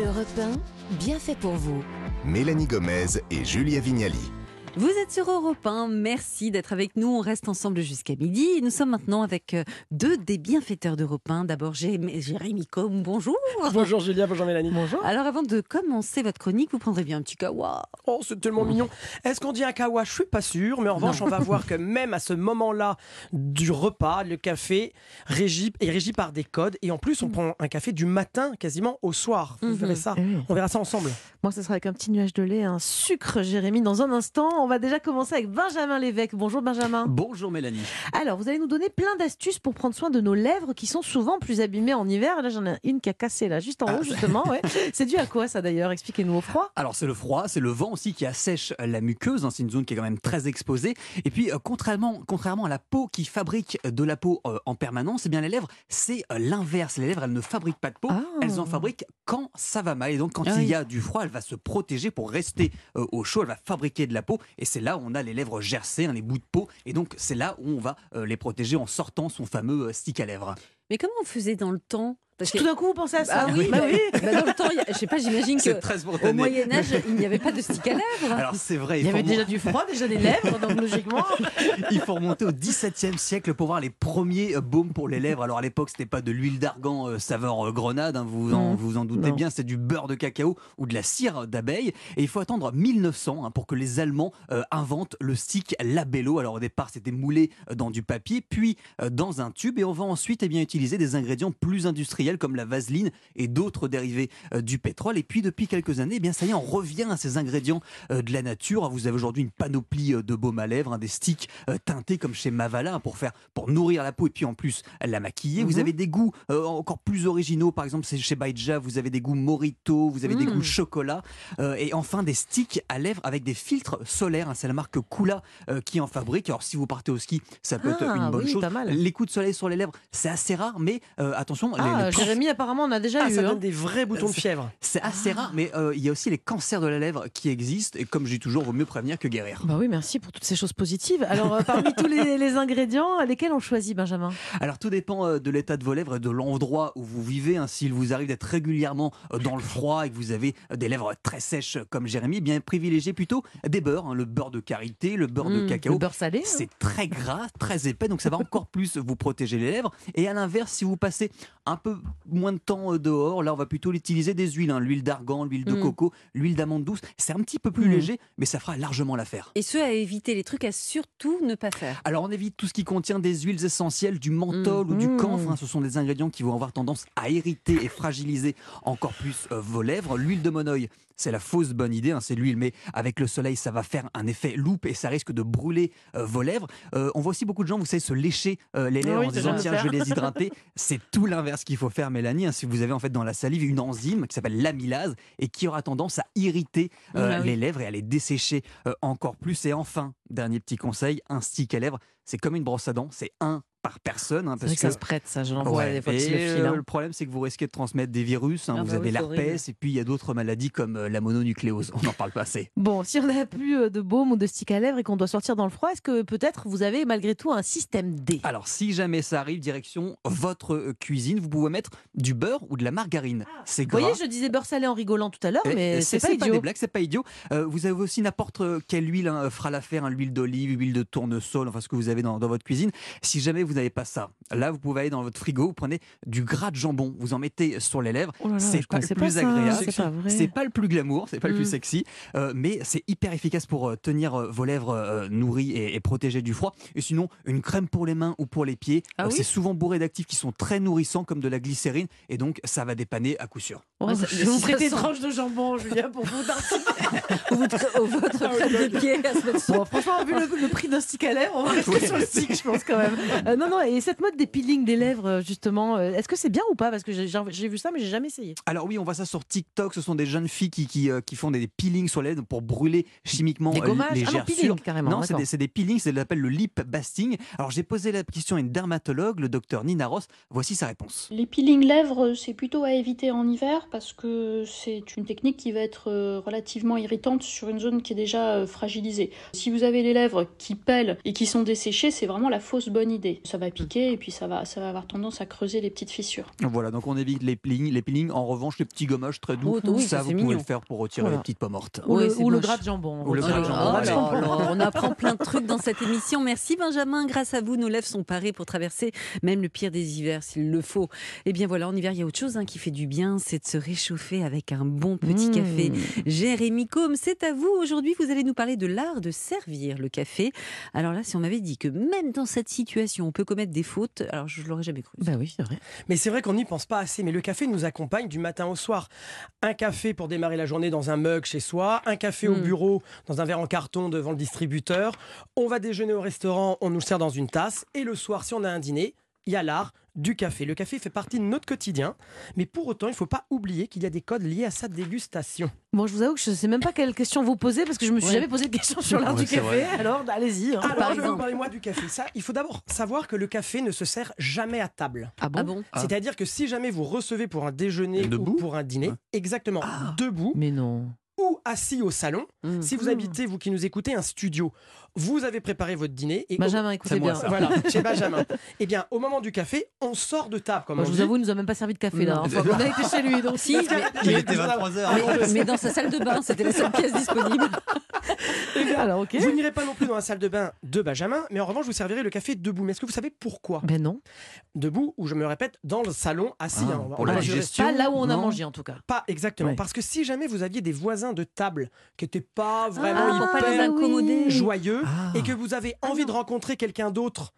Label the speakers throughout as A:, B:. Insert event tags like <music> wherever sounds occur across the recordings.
A: Europe 1, bien fait pour vous.
B: Mélanie Gomez et Julia Vignali.
A: Vous êtes sur Europe 1, merci d'être avec nous. On reste ensemble jusqu'à midi. Et nous sommes maintenant avec euh, deux des bienfaiteurs d'Europe 1. D'abord, Jéré- Jérémy Com, bonjour.
C: <laughs> Bonjour Julia, bonjour Mélanie. Bonjour.
A: Alors, avant de commencer votre chronique, vous prendrez bien un petit kawa.
C: Oh, c'est tellement mignon. Est-ce qu'on dit un kawa Je suis pas sûr, mais en revanche, on va voir que même à ce moment-là du repas, le café régi- est régi par des codes. Et en plus, on prend un café du matin quasiment au soir. Vous
A: Mhm.
C: verrez ça.
D: Eh oui.
C: On verra ça ensemble.
D: Moi, ce sera avec un petit nuage de lait, un sucre, Jérémy, dans un instant. On va déjà commencer avec Benjamin Lévesque. Bonjour, Benjamin.
E: Bonjour Mélanie.
D: Alors, vous allez nous donner plein d'astuces pour prendre soin de nos lèvres qui sont souvent plus abîmées en hiver. Là, j'en ai une qui a cassé, là, juste en
E: Ah.
D: haut, justement.
E: <laughs>
D: ouais. C'est dû à quoi, ça, d'ailleurs Expliquez-nous au froid.
E: Alors c'est le froid, c'est le vent aussi qui assèche la muqueuse, hein, c'est une zone qui est quand même très exposée. Et puis euh, contrairement, contrairement à la peau qui fabrique de la peau euh, en permanence, eh bien les lèvres c'est euh, l'inverse. Les lèvres elles ne fabriquent pas de peau,
D: Ah.
E: elles en fabriquent quand ça va mal. Et donc quand
A: Ah
E: il
A: oui.
E: y a du froid, elle va se protéger pour rester euh, au chaud, elle va fabriquer de la peau. Et c'est là où on a les lèvres gercées, hein, les bouts de peau. Et donc c'est là où on va euh, les protéger en sortant son fameux euh, stick à lèvres.
A: Mais comment on faisait dans le temps Parce que-
D: Tout d'un coup, vous pensez à ça
A: Ah oui,
D: Bah oui.
A: bah, dans le temps, il y a- je sais pas, j'imagine que
E: C'est très
A: au
E: spontané.
A: Moyen Âge, il n'y avait pas de stick à lèvres.
E: <laughs> Alors c'est vrai.
D: Il y
E: faut
D: avait
E: moi-
D: déjà du froid, déjà des lèvres, donc
E: <laughs>
D: logiquement.
E: Il faut remonter au XVIIe siècle pour voir les premiers euh, baumes pour les lèvres. Alors à l'époque, c'était pas de l'huile d'argan euh, saveur euh, grenade, hein, vous, vous en,
D: Non.
E: vous vous en doutez
D: Non.
E: bien, c'est du beurre de cacao ou de la cire d'abeille. Et il faut attendre 1900 hein, pour que les Allemands euh, inventent le stick labello. Alors au départ, c'était moulé euh, dans du papier, puis euh, dans un tube, et on va ensuite eh bien utiliser des ingrédients plus industriels comme la vaseline et d'autres dérivés euh, du pétrole. Et puis depuis quelques années, eh bien ça y est, on revient à ces ingrédients euh, de la nature. Vous avez aujourd'hui une panoplie euh, de baumes à lèvres, hein, des sticks euh, teintés comme chez Mavala hein, pour faire pour nourrir la peau et puis en plus la maquiller. Vous
D: Mhm.
E: avez des goûts euh, encore plus originaux, par exemple c'est chez Baija, vous avez des goûts morito, vous avez des
A: Mm.
E: goûts chocolat Euh, et enfin des sticks à lèvres avec des filtres solaires. hein. c'est la marque Kula euh, qui en fabrique. Alors si vous partez au ski, ça peut être
D: Ah,
E: une bonne
D: oui,
E: chose.
D: pas mal.
E: Les coups de soleil sur les lèvres, c'est assez rare, mais euh, attention, les-
D: Ah,
E: les-
D: Jérémy, apparemment, on a déjà
C: Ah,
D: eu.
C: ça
D: hein.
C: donne des vrais boutons de fièvre.
E: c'est assez rare, mais euh, il y a aussi les cancers de la lèvre qui existent. Et comme je dis toujours, vaut mieux prévenir que guérir.
D: Bah oui, merci pour toutes ces choses positives. Alors, euh,
E: <laughs>
D: parmi tous les, les ingrédients, lesquels on choisit, Benjamin
E: Alors tout dépend euh, de l'état de vos lèvres et de l'endroit où vous vivez. hein. S'il vous arrive d'être régulièrement euh, dans le froid et que vous avez euh, des lèvres très sèches euh, comme Jérémy, eh bien privilégiez plutôt des beurres, hein. le beurre de karité, le beurre
A: Mm,
E: de
D: Le
E: cacao.
D: beurre salé. hein.
E: C'est très gras, très épais, donc ça va encore plus vous protéger les lèvres. Et à l'inverse, si vous passez un peu moins de temps euh, dehors, là on va plutôt utiliser des huiles, hein. l'huile d'argan, l'huile de
A: Mm.
E: coco, l'huile d'amande douce. C'est un petit peu plus
D: Mm.
E: léger, mais ça fera largement l'affaire.
A: Et ce, à éviter les trucs à surtout ne pas faire.
E: Alors on évite tout ce qui contient des huiles essentielles, du menthol ou du
D: Mmh.
E: camphre. hein. Ce sont des ingrédients qui vont avoir tendance à irriter et fragiliser encore plus euh, vos lèvres. L'huile de monoï, c'est la fausse bonne idée, hein, c'est l'huile, mais avec le soleil, ça va faire un effet loupe et ça risque de brûler euh, vos lèvres. Euh, on voit aussi beaucoup de gens, vous savez, se lécher euh, les lèvres
D: Oui,
E: en se
D: c'est
E: disant
D: vrai.
E: tiens, je
D: <laughs>
E: vais les hydrater. C'est tout l'inverse qu'il faut faire, Mélanie. hein. si vous avez en fait dans la salive une enzyme qui s'appelle l'amylase et qui aura tendance à irriter euh,
D: bah
A: Ah oui.
E: les lèvres et à les dessécher euh, encore plus. Et enfin, dernier petit conseil, un stick à lèvres, c'est comme une brosse à dents, c'est un par personne. hein,
D: C'est vrai
E: parce
D: que ça
E: que
D: se prête, ça. Je l'envoie
E: Ouais,
D: des fois que c'est
E: et,
D: le fil.
E: euh,
D: hein.
E: le problème, c'est que vous risquez de transmettre des virus. hein,
A: Ah
E: vous
A: bah oui,
E: avez
A: c'est
E: l'herpès
A: horrible.
E: et puis il y a d'autres maladies comme euh, la mononucléose. On n'en parle pas
D: <laughs>
E: assez.
D: Bon, si on n'a plus euh, de baume ou de stick à lèvres et qu'on doit sortir dans le froid, est-ce que peut-être vous avez malgré tout un système D
E: Alors, si jamais ça arrive, direction votre euh, cuisine, vous pouvez mettre du beurre ou de la margarine. C'est
D: Ah, Vous
E: gras.
D: voyez, je disais beurre salé en rigolant tout à l'heure,
E: Eh,
D: mais
E: eh,
D: c'est pas
E: des
D: idiot.
E: blagues, c'est pas idiot. Euh, vous avez aussi n'importe euh, quelle huile hein, fera l'affaire, hein, l'huile d'olive, l'huile de tournesol, enfin ce que vous avez dans, dans votre cuisine. Si jamais vous n'avez pas ça, là vous pouvez aller dans votre frigo, vous prenez du gras de jambon, vous en mettez sur les lèvres.
D: Oh là là,
E: C'est
D: je
E: pas le
D: pensais
E: plus
D: ça,
E: agréable.
D: C'est pas vrai.
E: C'est pas le plus glamour, c'est pas le plus
A: Mm.
E: sexy, euh, mais c'est hyper efficace pour euh, tenir euh, vos lèvres euh, nourries et, et protégées du froid. Et sinon, une crème pour les mains ou pour les pieds, Euh,
A: Ah oui
E: c'est souvent bourré d'actifs qui sont très nourrissants, comme de la glycérine, et donc ça va dépanner à
D: <laughs>
E: coup sûr.
D: Oh,
A: Ouais, ça-
D: je vais vous
A: ça
D: prêter
A: sent-
D: une tranche de jambon, Julien, pour vous tartiner.
A: Ou votre, ou votre crêpe de pied à se mettre sur-
D: Bon, franchement, vu le, le prix d'un stick à lèvres, on va <laughs> rester sur le stick, je pense quand même. Euh, non, non, et cette mode des peelings des lèvres, euh, justement, euh, est-ce que c'est bien ou pas Parce que j'ai- j'ai j'ai vu ça, mais j'ai jamais essayé.
E: Alors oui, on voit ça sur TikTok. Ce sont des jeunes filles qui, qui, euh, qui font des peelings sur les lèvres pour brûler chimiquement
D: Des
E: euh,
D: gommages
E: les
D: Ah non,
E: gerçures.
D: peeling, carrément.
E: Non, c'est
D: d'accord.
E: des, c'est des peelings, c'est l'appelle le lip basting. Alors j'ai posé la question à une dermatologue, le docteur Nina Ross. Voici sa réponse.
F: Les peelings lèvres, c'est plutôt à éviter en hiver parce que c'est une technique qui va être euh, relativement irritante sur une zone qui est déjà euh, fragilisée. Si vous avez les lèvres qui pèlent et qui sont desséchées, c'est vraiment la fausse bonne idée. Ça va piquer et puis ça va, ça va avoir tendance à creuser les petites fissures.
E: Voilà, donc on évite les peelings. Les peelings, en revanche, les petits gommages très doux,
A: Oh, oui, ça,
E: ça,
A: c'est
E: vous pouvez
A: mignon.
E: le faire pour retirer
D: Voilà.
E: les petites peaux mortes.
D: Ou,
A: Ouais,
D: le,
A: c'est
D: ou le
A: moche.
D: gras de jambon.
E: Ou le
A: Oh
E: gras de
A: là
E: jambon.
A: là là
E: Oh là
A: là, on apprend plein de trucs dans cette émission. Merci Benjamin, grâce à vous, nos lèvres sont parées pour traverser même le pire des hivers s'il le faut. Et bien voilà, en hiver, il y a autre chose hein, qui fait du bien, c'est de se réchauffer avec un bon petit
D: Mmh.
A: café. Jérémy Combe, c'est à vous. Aujourd'hui, vous allez nous parler de l'art de servir le café. Alors là, si on m'avait dit que même dans cette situation, on peut commettre des fautes, alors je ne l'aurais jamais cru.
D: Bah oui, c'est vrai.
C: Mais c'est vrai qu'on n'y pense pas assez. Mais le café nous accompagne du matin au soir. Un café pour démarrer la journée dans un mug chez soi, un café au
E: Hmm.
A: Mm.
C: bureau dans un verre en carton devant le distributeur. On va déjeuner au restaurant, on nous le sert dans une tasse. Et le soir, si on a un dîner, il y a l'art du café. Le café fait partie de notre quotidien. Mais pour autant, il ne faut pas oublier qu'il y a des codes liés à sa dégustation.
D: Moi, je vous avoue que je ne sais même pas quelle question vous poser parce que je me suis
A: Ouais.
D: jamais posé de question sur l'art
E: Ouais,
D: du
E: c'est
D: café.
E: vrai.
D: Alors, allez-y. hein.
A: par
C: Alors, je vais vous
A: exemple.
C: parler, moi, du café. Ça, il faut d'abord savoir que le café ne se sert jamais à table.
A: Ah bon
E: Ah.
C: C'est-à-dire que si jamais vous recevez pour un déjeuner
E: Debout
C: ou pour un dîner,
E: Ouais. Ah.
C: exactement, debout
D: Mais non.
C: ou assis au salon,
D: Mm-hmm.
A: Mmh.
C: Si vous habitez, vous qui nous écoutez, un studio, vous avez préparé votre dîner et
D: Benjamin,
E: C'est
D: écoutez
E: moi,
D: bien. <laughs>
E: ça.
C: voilà, chez Benjamin. Eh bien, au moment du café, on sort de table, comme
D: Moi,
C: on
D: je vous
C: dit.
D: avoue, il nous a même pas servi de café là. hein.
A: Non.
D: Enfin, on a été chez lui, donc
A: Si, mais,
E: <laughs> Il était 23h.
A: Ah mais- mais dans sa salle de bain, c'était la seule pièce disponible.
D: Alors, ok.
C: Vous n'irez pas non plus dans la salle de bain de Benjamin, mais en revanche, vous servirez le café debout. Mais est-ce que vous savez pourquoi
D: Ben non. Ah,
C: Debout, ou je me répète, dans le salon, assis. hein, on va-
E: Ah, pour
C: on
E: la
C: va-
E: digestion.
D: Pas là où on a
E: non.
D: mangé en tout cas.
C: Pas exactement.
D: Ouais.
C: Parce que si jamais vous aviez des voisins de table qui n'étaient pas vraiment
A: Ah, pour pas les
C: hyper
A: incommoder.
C: joyeux
E: Ah.
C: et que vous avez envie de rencontrer quelqu'un d'autre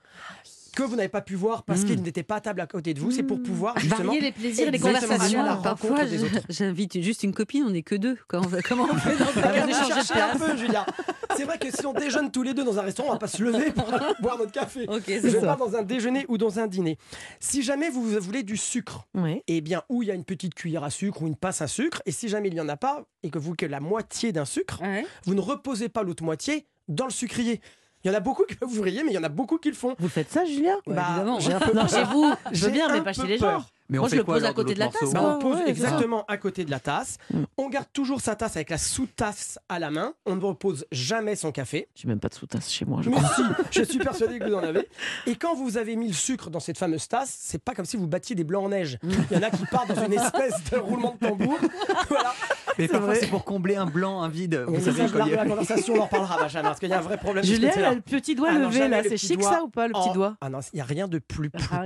C: que vous n'avez pas pu voir parce
E: Mm.
C: qu'il n'était pas à table à côté de vous, c'est pour pouvoir justement <laughs>
D: Hmm. Varier les plaisirs et les
C: Exactement.
D: conversations.
C: Voilà.
A: Parfois,
C: rencontre des
A: je-
C: autres.
A: j'invite juste une copine, on n'est que deux. Comment on va- comment on fait dans
C: Ah,
A: un
C: mais
A: cas
C: vous
A: d'échange
C: cherchez un peu, Julia. C'est vrai que si on déjeune tous les deux dans un restaurant, on va pas se lever
D: <laughs>
C: pour aller boire notre café.
A: Ok,
C: Je
A: c'est ça.
C: parle dans un déjeuner ou dans un dîner. Si jamais vous voulez du sucre,
D: Ouais.
C: eh bien, ou il y a une petite cuillère à sucre ou une passe à sucre, et si jamais il n'y en a pas, et que vous que la moitié d'un sucre,
A: Ouais.
C: vous ne reposez pas l'autre moitié dans le sucrier. Il y en a beaucoup qui peuvent vous riez, mais il y en a beaucoup qui le font.
D: Vous faites ça, Julia
A: Ouais,
C: Bah,
A: évidemment.
C: j'ai un peu
D: Non,
C: peur.
D: chez vous. Je veux
C: J'ai
D: bien, mais
C: un
D: pas chez
C: peu
D: les
C: peur.
D: gens.
E: Mais on
D: Moi, je
E: fait
D: le
E: quoi
D: pose à
E: lors de
D: côté de la
E: l'autre
D: tasse.
E: morceau
C: Bah, on
D: Ouais,
C: pose
D: ouais, c'est ça.
C: exactement à côté de la tasse.
D: Mm.
C: On garde toujours sa tasse avec la sous-tasse à la main. On ne repose jamais son café.
D: J'ai même pas de sous-tasse chez moi. je
C: Mais
D: crois.
C: si, je suis persuadé que vous en avez. Et quand vous avez mis le sucre dans cette fameuse tasse, c'est pas comme si vous battiez des blancs en neige. Il y en a qui partent dans une espèce de roulement de tambour. Voilà.
E: Mais parfois, c'est pour combler un blanc, un vide. Vous
C: Mais
E: savez,
C: ça, je
E: quand
C: largue
E: il y a-
C: la conversation, on en reparlera, Benjamin, parce qu'il y a un vrai problème. de ce
D: Julia, elle
C: côté-là.
D: a le petit doigt
C: Ah non,
D: levé
C: jamais
D: là.
C: le
D: C'est
C: petit
D: chic
C: doigt
D: ça ou pas, le petit
C: Oh,
D: doigt bah
C: Ah non, il n'y a rien de plus plouc.
A: Ah,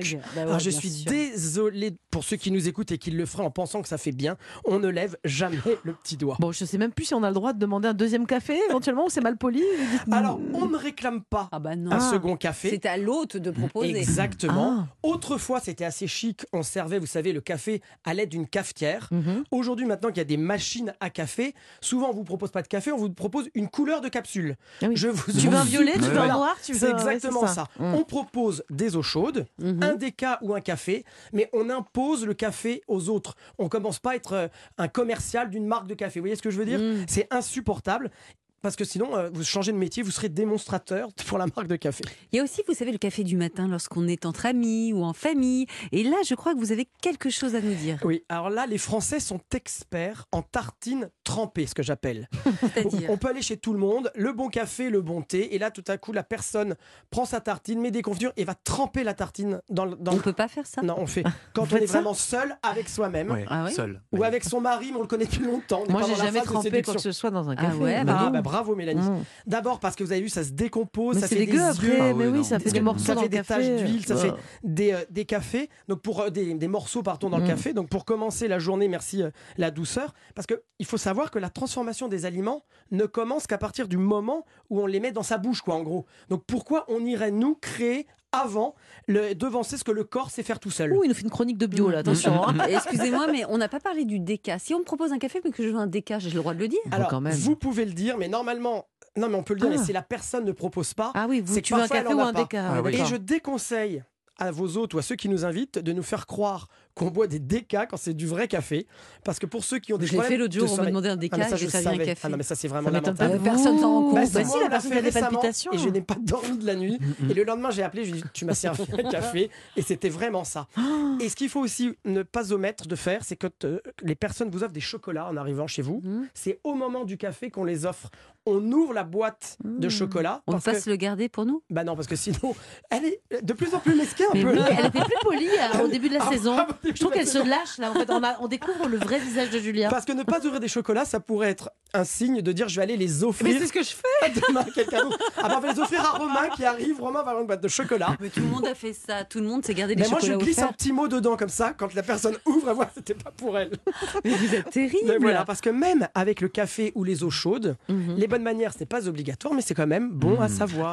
C: Ah, je suis désolé pour ceux qui nous écoutent et qui le feraient en pensant que ça fait bien. On ne lève jamais le petit doigt.
D: Bon, je sais même plus si on a le droit de demander un deuxième café éventuellement ou c'est mal poli.
C: Alors,
D: Hmm.
C: on ne réclame pas
A: Ah bah non.
C: un second café.
A: C'est à l'hôte de proposer.
C: Exactement.
D: Ah.
C: Autrefois, c'était assez chic. On servait, vous savez, le café à l'aide d'une cafetière.
D: Mhm.
C: Aujourd'hui, maintenant qu'il y a des machines à café, souvent on vous propose pas de café, on vous propose une couleur de capsule.
D: Ah oui.
C: Je vous
D: Tu veux un
E: Oui.
D: violet, tu veux un
E: Voilà.
D: noir, tu veux
C: C'est
D: ouais,
C: exactement ça.
D: Mm.
C: On propose des eaux chaudes,
A: Mhm.
C: un déca ou un café, mais on impose le café aux autres. On commence pas à être euh, un commercial d'une marque de café. Vous voyez ce que je veux dire
A: Mm.
C: C'est insupportable. Parce que sinon, euh, vous changez de métier, vous serez démonstrateur <laughs> pour la marque de café.
A: Il y a aussi, vous savez, le café du matin lorsqu'on est entre amis ou en famille. Et là, je crois que vous avez quelque chose à nous dire.
C: Oui, alors là, les Français sont experts en tartines trempées, ce que j'appelle.
A: C'est-à-dire.
C: On peut aller chez tout le monde, le bon café, le bon thé, et là, tout à coup, la personne prend sa tartine, met des confitures et va tremper la tartine dans le. dans
A: On
C: le-
A: peut pas faire ça
C: Non, on fait. Quand
D: Vous
C: on est
D: faites ça
C: vraiment seul avec soi-même.
E: Ouais,
A: Ah ouais
E: seul.
C: Ou avec son mari, mais on le connaît depuis longtemps. on est
D: Moi,
C: pas
D: j'ai
C: dans la
D: jamais
C: phase de
D: trempé quoi
C: séduction.
D: que ce soit dans un
A: Ah
D: café.
A: ouais,
D: Bah
A: bah
C: Ah,
D: non.
C: bah, bravo, Mélanie.
D: Mm.
C: D'abord, parce que vous avez vu, ça se décompose,
D: Mais
C: ça
D: c'est
C: fait
D: dégueu
C: des yeux,
D: après.
E: Ah
D: Mais
E: ouais,
D: oui,
E: non.
D: ça fait
E: Ça
D: des
E: fait
D: morceaux dans le
C: des taches
D: café.
C: d'huile, ça
D: Ouais.
C: fait des, euh, des cafés, donc pour euh, des, des morceaux pardon dans le
D: Mm.
C: café. Donc pour commencer la journée, merci euh, la douceur, parce que il faut savoir que la transformation des aliments ne commence qu'à partir du moment où on les met dans sa bouche, quoi, en gros. Donc pourquoi on irait nous créer avant le devancer ce que le corps sait faire tout seul
D: Ouh, il nous fait une chronique de bio là, attention. hein.
A: Et Excusez-moi, mais on n'a pas parlé du déca. Si on me propose un café, mais que je veux un déca, j'ai le droit de le dire.
D: Bon,
C: Alors
D: quand même.
C: vous pouvez le dire, mais normalement, non mais on peut le dire,
D: Ah.
C: mais si la personne ne propose pas,
D: Ah oui, vous
C: C'est
D: tu veux un
C: parfois, elle
D: café
C: en
D: ou
C: a
D: un
C: pas.
D: déca
E: Ah oui.
C: Et je déconseille à vos hôtes ou à ceux qui nous invitent de nous faire croire qu'on boit des décas quand c'est du vrai café. Parce que pour ceux qui ont des
A: Je l'ai
C: problèmes
A: fait l'autre jour,
C: de
A: on m'a
C: sommeil-
A: demandé un
C: Ah, mais
A: déca
C: ça,
A: et
C: je
A: j'ai servi un
C: savais.
A: café.
C: Ah non, mais ça, c'est vraiment
D: Ça m'étonne
C: lamentable.
D: pas.
A: Personne s'en rend
D: Bah,
A: compte.
D: c'est
A: Bah,
D: moi.
C: on
D: si, la
C: l'a
D: personne
C: fait
D: qui a des
C: récemment,
D: palpitations.
C: Et je n'ai pas dormi de la nuit. Et le lendemain, j'ai appelé, j'ai dit Tu m'as servi un café. Et c'était vraiment ça. Et ce qu'il faut aussi ne pas omettre de faire, c'est quand euh, les personnes vous offrent des chocolats en arrivant chez vous,
A: Mhm.
C: c'est au moment du café qu'on les offre. On ouvre la boîte de
D: Mhm.
C: chocolat.
A: On
C: parce
A: passe
C: que,
A: le garder pour nous
C: bah non, parce que sinon, elle est de plus en plus mesquin un
A: Mais
C: peu.
A: oui,
D: Elle était plus polie euh, au début de la
C: Ah,
D: saison.
C: ah, bah,
D: Je trouve qu'elle se lâche là. En fait, on, a- on découvre le vrai visage de Julia.
C: Parce que ne pas ouvrir des chocolats, ça pourrait être un signe de dire je vais aller les offrir
D: Eh ben, ce que je fais.
C: à demain à quelqu'un d'autre. Ah bah, on va les offrir à Romain qui arrive. Romain va avoir une boîte de chocolat.
A: Mais tout le monde a fait ça. Tout le monde s'est gardé les
C: Mais moi, je
A: chocolats
C: glisse un
A: offerts.
C: petit mot dedans comme ça. Quand la personne ouvre, elle voit que c'était pas pour elle.
A: Mais vous êtes terrible.
C: Mais voilà, parce que même avec le café ou les eaux chaudes,
A: Mhm.
C: les bonnes manières, ce n'est pas obligatoire, mais c'est quand même bon à savoir.